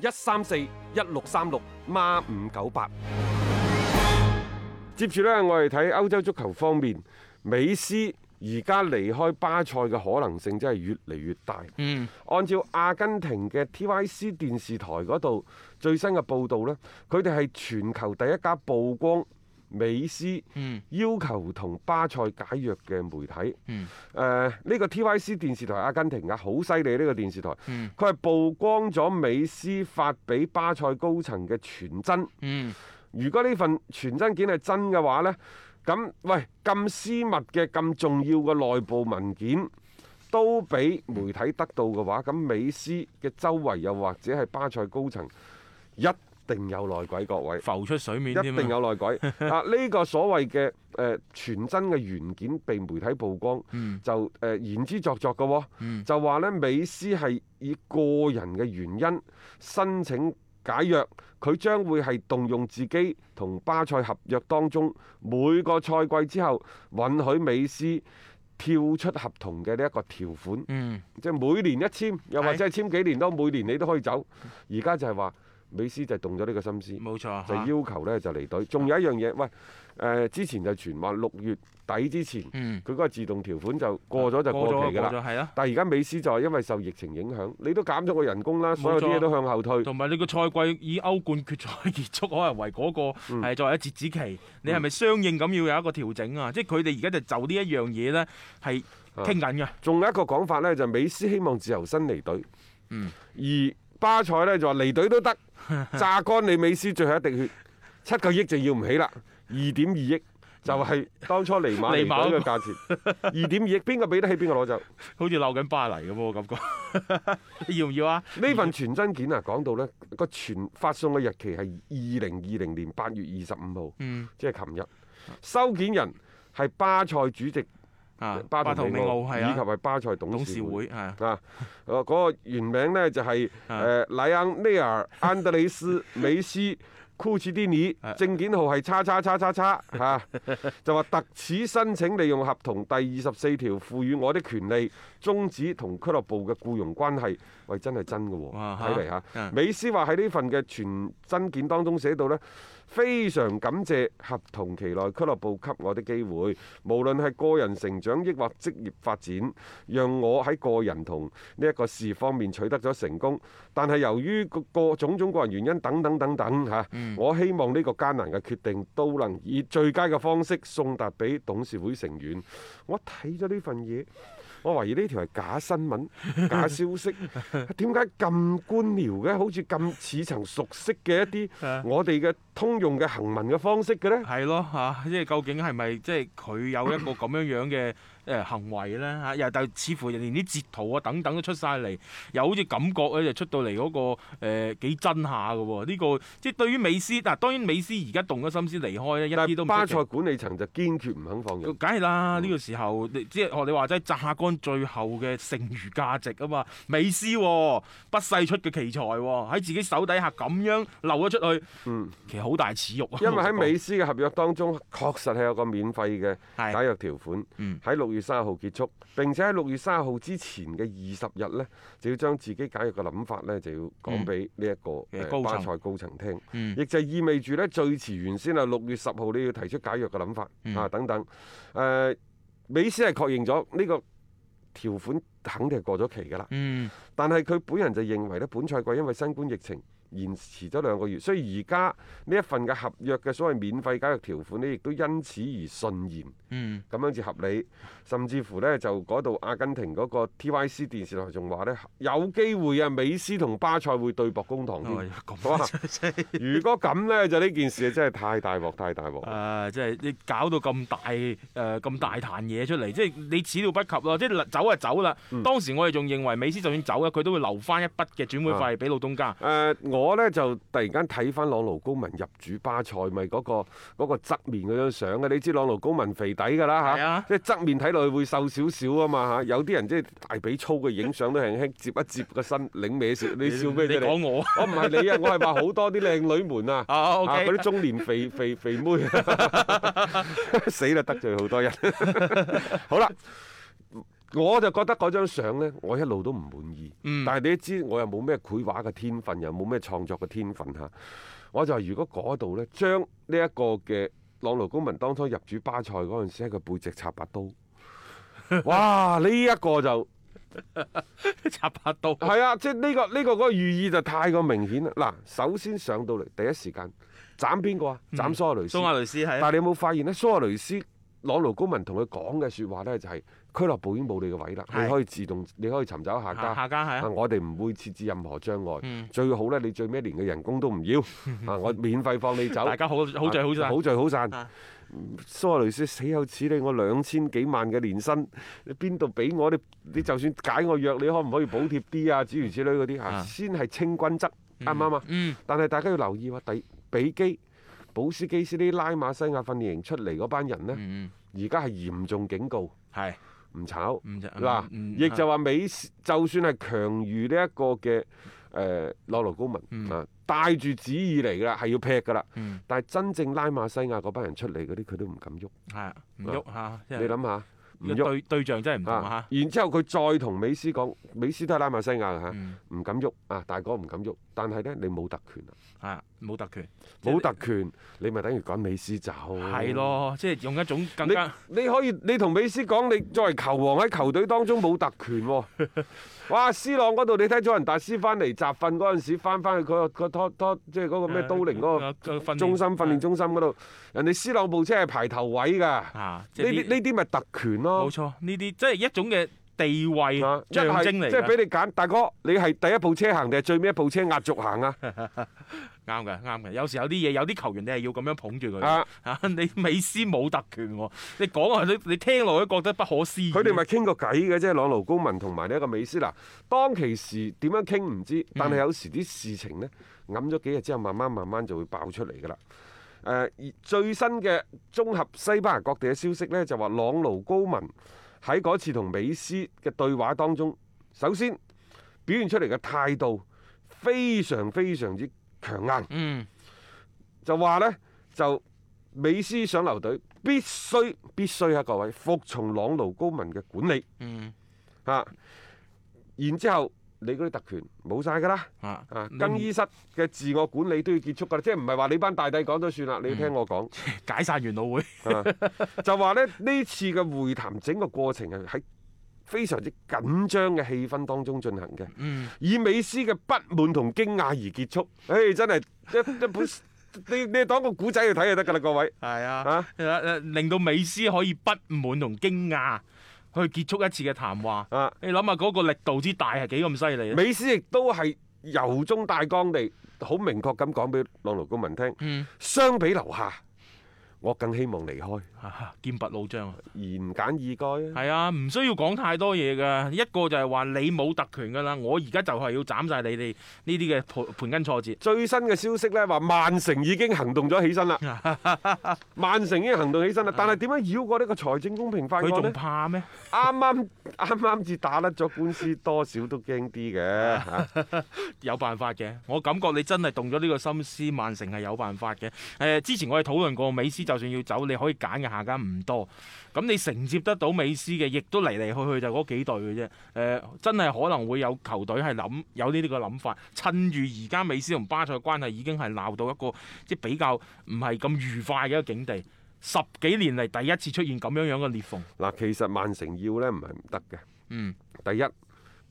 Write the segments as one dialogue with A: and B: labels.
A: 一三四一六三六孖五九八。接住呢，我哋睇歐洲足球方面，美斯而家離開巴塞嘅可能性真係越嚟越大。
B: 嗯，
A: 按照阿根廷嘅 TYC 電視台嗰度最新嘅報導呢，佢哋係全球第一家曝光美斯
B: 嗯
A: 要求同巴塞解約嘅媒體。
B: 嗯
A: 誒呢、個 TYC 電視台阿根廷啊，好犀利呢個電視台，
B: 嗯
A: 佢係曝光咗美斯發俾巴塞高層嘅傳真。
B: 嗯，
A: 如果呢份傳真件係真嘅話呢，咁喂咁私密嘅、咁重要嘅內部文件都俾媒體得到嘅話，咁美斯嘅周圍又或者係巴塞高層一定有內鬼，各位。
B: 浮出水面
A: 一
B: 添
A: 定
B: 啊！
A: 有內 鬼啊！呢、個所謂嘅誒傳真嘅原件被媒體曝光，
B: 嗯
A: 就誒、呃言之鑿鑿嘅喎，
B: 嗯
A: 就話呢，美斯係以個人嘅原因申請解約，佢將會係動用自己同巴塞合約當中每個賽季之後允許美斯。跳出合同嘅呢一個條款，
B: 嗯，
A: 即係每年一簽，又或者係簽幾年都，每年你都可以走。而家就係話，美斯就動咗呢個心思。
B: 冇錯，
A: 就
B: 嚇
A: 要求呢就離隊。仲有
B: 啊
A: 一樣嘢，喂，誒、之前就傳話六月底之前，佢
B: 嗯
A: 嗰個自動條款就過咗就過期㗎
B: 啊過咗
A: 啦。
B: 係啊啦。
A: 但係而家美斯就係因為受疫情影響，你都減咗個人工啦，
B: 錯
A: 所有啲嘢都向後退。
B: 同埋你個賽季以歐冠決賽結束，可能為嗰個
A: 嗯
B: 係作為一截止期，你係咪相應咁要有一個調整啊？即係佢哋而家就就呢一樣嘢咧係
A: 啊
B: 傾緊嘅。
A: 仲有一個講法呢，就美斯希望自由身離隊，
B: 嗯
A: 而巴塞呢就話離隊都 得，榨乾你美斯最後一滴血，七個億就要唔起啦，二點二億。就係當初尼馬
B: 嗯 尼
A: 離
B: 馬
A: 隊嘅價錢，二點二億，邊個俾得起邊個攞走？
B: 好似漏緊巴黎咁喎，我感覺 你要唔要啊？
A: 呢份傳真件啊，講到呢個傳發送嘅日期係二零二零年八月二十五號，
B: 嗯
A: 即係琴日。收件人係巴塞主席
B: 啊，
A: 巴
B: 圖
A: 圖
B: 美
A: 美
B: 奧
A: 奧，
B: 係
A: 以及
B: 啊，
A: 係巴塞董
B: 董
A: 事
B: 事
A: 會。
B: 會係啊
A: 啊！嗰、個原名呢就係
B: 啊
A: 誒萊昂內爾、安德里斯、美 斯、庫切蒂尼
B: 啊，
A: 證件號係叉叉叉叉叉嚇，就話特此申請利用合同第二十四條賦予我的權利，終止同俱樂部嘅僱傭關係。喂，真係真嘅喎，
B: 哇
A: 睇嚟嚇。
B: 啊
A: 美斯話喺呢份嘅傳真件當中寫到呢，非常感謝合同期內俱樂部給我的機會，無論係個人成長抑或職業發展，讓我喺個人同呢一個事業方面取得咗成功。但係由於個個種種個人原因等等等等嚇，
B: 嗯
A: 我希望呢個艱難嘅決定都能以最佳嘅方式送達俾董事會成員。我睇咗呢份嘢。我懷疑呢條係假新 聞、假消息，點解咁官僚嘅？好似咁似曾熟悉嘅一
B: 啊
A: 啲我哋嘅通用嘅行文嘅方式嘅呢？
B: 係咯嚇，即係究竟係咪即係佢有一個咁樣樣嘅 誒行為咧嚇？又但似乎連啲截圖啊等等都出晒嚟，又好似感覺咧就出到嚟嗰、個誒幾、真下嘅喎。呢、個即係對於美斯嗱、當然美斯而家動咗心思離開咧，一
A: 但
B: 啲都
A: 係
B: 唔
A: 巴
B: 出奇
A: 塞嗯管理層就堅決唔肯放人。
B: 梗係啦，呢、個時候你即係學你話齋榨乾最後嘅剩餘價值啊嘛！美斯喎、不世出嘅奇才喎、喺自己手底下咁樣漏咗出去，
A: 嗯，
B: 其實好大恥辱啊！
A: 因為喺
B: 老實講
A: 美斯嘅合約當中，確實係有個免費嘅
B: 係
A: 解約條款
B: 嗯，
A: 喺六月三十號結束。並且喺六月三十號之前嘅二十日呢，就要將自己解約嘅諗法呢，就要講俾呢一個
B: 嗯嘅
A: 誒
B: 高層
A: 巴塞高層聽。
B: 嗯
A: 亦就意味住呢，最遲原先啊六月十號你要提出解約嘅諗法
B: 嗯
A: 啊等等。誒、美斯係確認咗呢個條款肯定係過咗期㗎啦。
B: 嗯
A: 但係佢本人就認為呢，本賽季因為新冠疫情延遲咗兩個月，所以而家呢一份嘅合約嘅所謂免費解約條款呢，亦都因此而順延。
B: 嗯
A: 咁樣至合理，甚至乎呢，就嗰度阿根廷嗰個 TYC 電視台仲話呢，有機會啊，美斯同巴塞會對簿公堂添
B: 哎呀
A: 哇
B: 咁真係
A: 如果咁呢，就呢件事真係太大鑊，太大鑊。
B: 誒，即係你搞到咁大誒咁、大壇嘢出嚟，即係你始料不及咯。即係走就走啦。當時我哋仲認為美斯就算走啦，佢都會留翻一筆嘅轉會費俾老東家。
A: 誒、我我呢就突然間睇翻朗奴高文入主巴塞，咪嗰、個嗰、個側面嗰張相嘅，你知朗奴高文肥底㗎啦
B: 係啊
A: 嚇，即係側面睇落去會瘦少少啊嘛嚇，有啲人即係大髀粗嘅影相都輕輕接一接個身， 擰歪少，你笑咩
B: 你
A: 啫
B: 講
A: 你？
B: 我
A: 我唔係你啊，我係話好多啲靚女們啊，
B: 啊
A: 啊
B: ，OK
A: 嗰啲中年肥 肥肥妹，死啦得罪好多 人。好啦，我就覺得嗰張相呢，我一路都唔滿意。
B: 嗯
A: 但係你都知，我又冇咩繪畫嘅天分，又冇咩創作嘅天分嚇。我就係如果嗰度呢，將呢一個嘅朗奴公民當初入主巴塞嗰陣時，喺佢背脊插把刀。 哇！呢、一個就〜
B: 插把刀，
A: 係啊，即係呢個呢、個嗰個寓意就太過明顯啦。嗱，首先上到嚟第一時間斬邊個啊？斬蘇亞雷斯。
B: 嗯蘇亞雷斯係
A: 但係你有冇發現咧？蘇亞雷斯朗奴高文同佢講嘅説話咧，就係、俱樂部已經冇你嘅位啦，
B: 係
A: 你可以自動，你可以尋找下
B: 下
A: 家。
B: 下家係
A: 啊！
B: 啊，
A: 我哋唔會設置任何障礙，
B: 嗯
A: 最好咧你最尾連嘅人工都唔要， 啊！我免費放你走，
B: 大家好好聚好
A: 啊
B: 散
A: 好。聚好散
B: 啊。
A: 蘇亞雷斯死有此理，我兩千幾萬嘅年薪，你邊度俾我？你你就算解我約，你可唔可以補貼啲啊？諸如此類嗰啲
B: 啊
A: 啊，先係清君側，啱唔啱啊？
B: 嗯，
A: 但係大家要留意喎，第比基、保斯基斯呢啲拉馬西亞訓練營出嚟嗰班人呢，
B: 嗯，
A: 而家係嚴重警告，
B: 係
A: 唔炒。
B: 唔就
A: 嗱，亦
B: 嗯
A: 就話美斯就算係強如呢一個嘅誒朗奴高文啊，帶住旨意嚟㗎啦，係要劈㗎啦。
B: 嗯
A: 但係真正拉馬西亞嗰班人出嚟嗰啲，佢都唔敢喐。
B: 係唔喐嚇，即
A: 你
B: 係
A: 諗下，唔
B: 個
A: 喐
B: 對對象真係唔同
A: 啊
B: 嚇！。
A: 然之後佢再同美斯講，美斯都係拉馬西亞㗎嚇，
B: 嗯，
A: 唔敢喐啊，大哥唔敢喐。但係呢，你冇特權啦，
B: 係冇特權，即係
A: 冇特權，你咪等於趕美斯走。
B: 係。咯，即係用一種更
A: 哦你
B: 加
A: 你可以你同美斯講，你作為球王喺球隊當中冇特權喎、 哇！C 朗嗰度你睇咗人大師翻嚟集訓嗰陣時，翻翻去佢個拖拖即係嗰個咩都靈嗰個
B: 個
A: 中心訓練中心嗰度，人哋 C 朗部車係排頭位㗎。
B: 啊，即
A: 呢
B: 係
A: 啲呢啲咪特權
B: 冇
A: 咯，
B: 錯，呢啲即係一種嘅地位
A: 哦啊一
B: 象
A: 係
B: 徵嚟
A: 即係
B: 㗎，
A: 俾你揀，大哥，你係第一部車行定係最尾一部車壓軸行啊？
B: 啱嘅啱嘅。有時有啲嘢，有啲球員你係要咁樣捧住佢。
A: 啊，
B: 啊！ 你美斯冇特權喎、你講啊，你你聽落都覺得不可思議。
A: 佢哋咪傾過偈嘅啫，朗奴高文同埋呢一個美斯嗱，當其時點樣傾唔知，但係有時啲事情呢，揞咗幾日之後，慢慢慢慢就會爆出嚟㗎啦。誒、而最新嘅綜合西班牙各地嘅消息呢，就話朗奴高文喺嗰次同美斯嘅對話當中，首先表現出嚟嘅態度非常非常之強硬，
B: 嗯
A: 就話呢，就美斯想留隊，必須必須啊各位服從朗奴高文嘅管理。
B: 嗯
A: 啊，然之後你嗰啲特權冇晒㗎啦，
B: 啊
A: 啊，
B: 你
A: 更衣室嘅自我管理都要結束㗎啦，即係唔係話你班大帝講咗算啦，你要聽我講，
B: 解散元老會，
A: 啊就話咧呢次嘅會談整個過程係喺非常之緊張嘅氣氛當中進行嘅，
B: 嗯，
A: 以美斯嘅不滿同驚訝而結束，誒、真係一一本。你你當個古仔去睇就得㗎啦，各位
B: 係啊，
A: 啊
B: 令到美斯可以不滿同驚訝去結束一次嘅談話。
A: 啊！
B: 你諗下嗰個力度之大係幾咁犀利啊！
A: 美斯亦都係由中大江地好明確咁講俾朗奴公民聽，
B: 嗯，
A: 相比樓下，我更希望離開，
B: 啊劍拔弩張啊！
A: 言簡意賅啊！
B: 係啊，唔需要講太多嘢㗎。一個就係話你冇特權㗎啦，我而家就係要斬晒你哋呢啲嘅盤盤根錯節。
A: 最新嘅消息呢，話曼城已經行動咗起身啦， 曼城已經行動起身啦，但係點樣繞過呢個財政公平法案
B: 啊佢仲
A: 呢？
B: 怕咩？
A: 啱啱啱啱至打甩咗官司，多少都驚啲
B: 啊
A: 嘅嚇。
B: 有辦法嘅，我感覺你真係動咗呢個心思，曼城係有辦法嘅。誒、之前我哋討論過，美斯就算要走，你可以揀嘅下家唔多。咁你承接得到美斯嘅，亦都嚟嚟去去就嗰幾隊嘅啫。誒、真係可能會有球隊係諗有呢啲嘅諗法，趁住而家美斯同巴塞嘅關係已經係鬧到一個即係比較唔係咁愉快嘅一個境地。十幾年嚟第一次出現咁樣樣嘅裂縫。
A: 嗱，其實曼城要呢唔係唔得
B: 嗯，
A: 嘅，第一。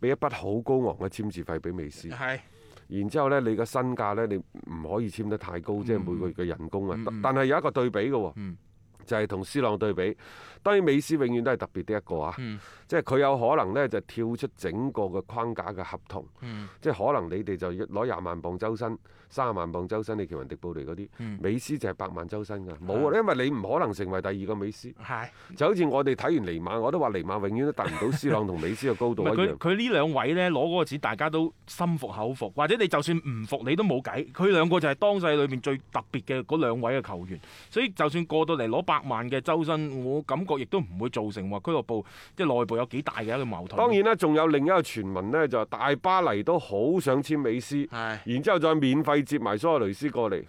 A: 俾一筆好高昂嘅簽字費俾美斯，
B: 係
A: 然之後呢，你個身價呢，你唔可以簽得太高，即係每個月嘅人工啊。
B: 嗯
A: 但
B: 嗯
A: 但係有一個對比嘅喎，
B: 嗯
A: 就係同斯朗對比。當然美斯永遠都係特別的一個啊，
B: 嗯
A: 即係佢有可能呢就跳出整個嘅框架嘅合同，
B: 嗯
A: 即係可能你哋就要攞廿萬磅周薪、三十萬磅周薪，你喬雲迪布尼嗰啲，
B: 嗯，
A: 美斯就係百萬周薪㗎，冇啊，因為你唔可能成為第二個美斯。
B: 係。
A: 就好似我哋睇完尼馬，我都話尼馬永遠都達唔到斯朗同美斯嘅高
B: 唔
A: 度一
B: 係佢
A: 樣。
B: 佢呢兩位咧攞嗰個錢，大家都心服口服，或者你就算唔服你都冇計。佢兩個就係當世裏邊最特別嘅嗰兩位嘅球員，所以就算過到嚟攞百萬嘅周薪，我感覺亦都唔會造成話俱樂部即係內部有幾大嘅一個矛盾。
A: 當然啦，仲有另一個傳聞呢，就係大巴黎都好想簽美斯，
B: 係
A: 然之後再免費接埋蘇亞雷斯 過嚟，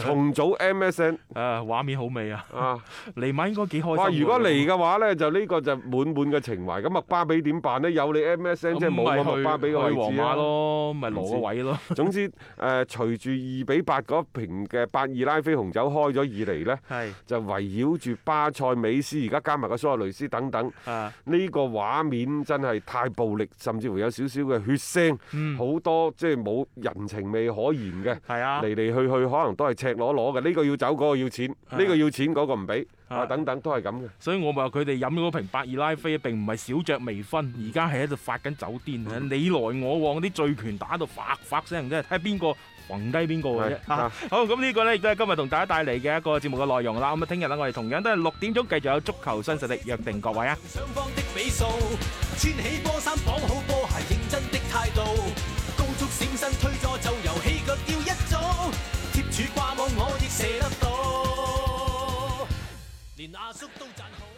A: 重組 MSN
B: 誒畫面好美啊！
A: 啊！
B: 尼馬應該幾開
A: 哇！
B: 心喎。
A: 如果嚟嘅話呢，就呢個就滿滿嘅情懷。咁麥巴比點辦呢？有你 MSN 即係冇
B: 咁咪
A: 我
B: 去
A: 麥巴比個位
B: 去皇
A: 置
B: 馬
A: 啊！
B: 咯，咪攞個位咯。
A: 總之誒、隨住二比八嗰瓶嘅八二拉菲紅酒開咗以嚟呢，
B: 係
A: 就圍繞住巴塞、美斯，而家加埋個蘇亞雷斯等等。
B: 啊，
A: 呢個畫面真係太暴力，甚至乎有少少嘅血腥，
B: 嗯，
A: 好多即係冇人情味可言嘅。
B: 係啊，
A: 嚟嚟去去可能都係赤裸裸嘅，呢、個要走，嗰、個要錢，呢、
B: 啊
A: 個要錢，嗰、個唔俾，
B: 啊
A: 啊等等都係咁嘅。
B: 所以我咪話佢哋飲咗嗰瓶百二拉菲，並唔係小酌微醺，而家係喺度發緊酒癲
A: 嗯
B: 啊！你來我往啲醉拳打到發發聲，真係睇下邊個暈低邊個嘅啫。
A: 係啊
B: 好，咁呢個呢，亦都係今日同大家帶嚟嘅一個節目嘅內容啦。咁啊，聽日呢，我哋同樣都係六點鐘繼續有足球新勢力，約定各位啊！
C: 雙方的比數，穿起波衫綁好波鞋，認真的態度，高速閃身推咗就由起腳要一早，貼柱掛網我亦射得到，連阿叔都讚好。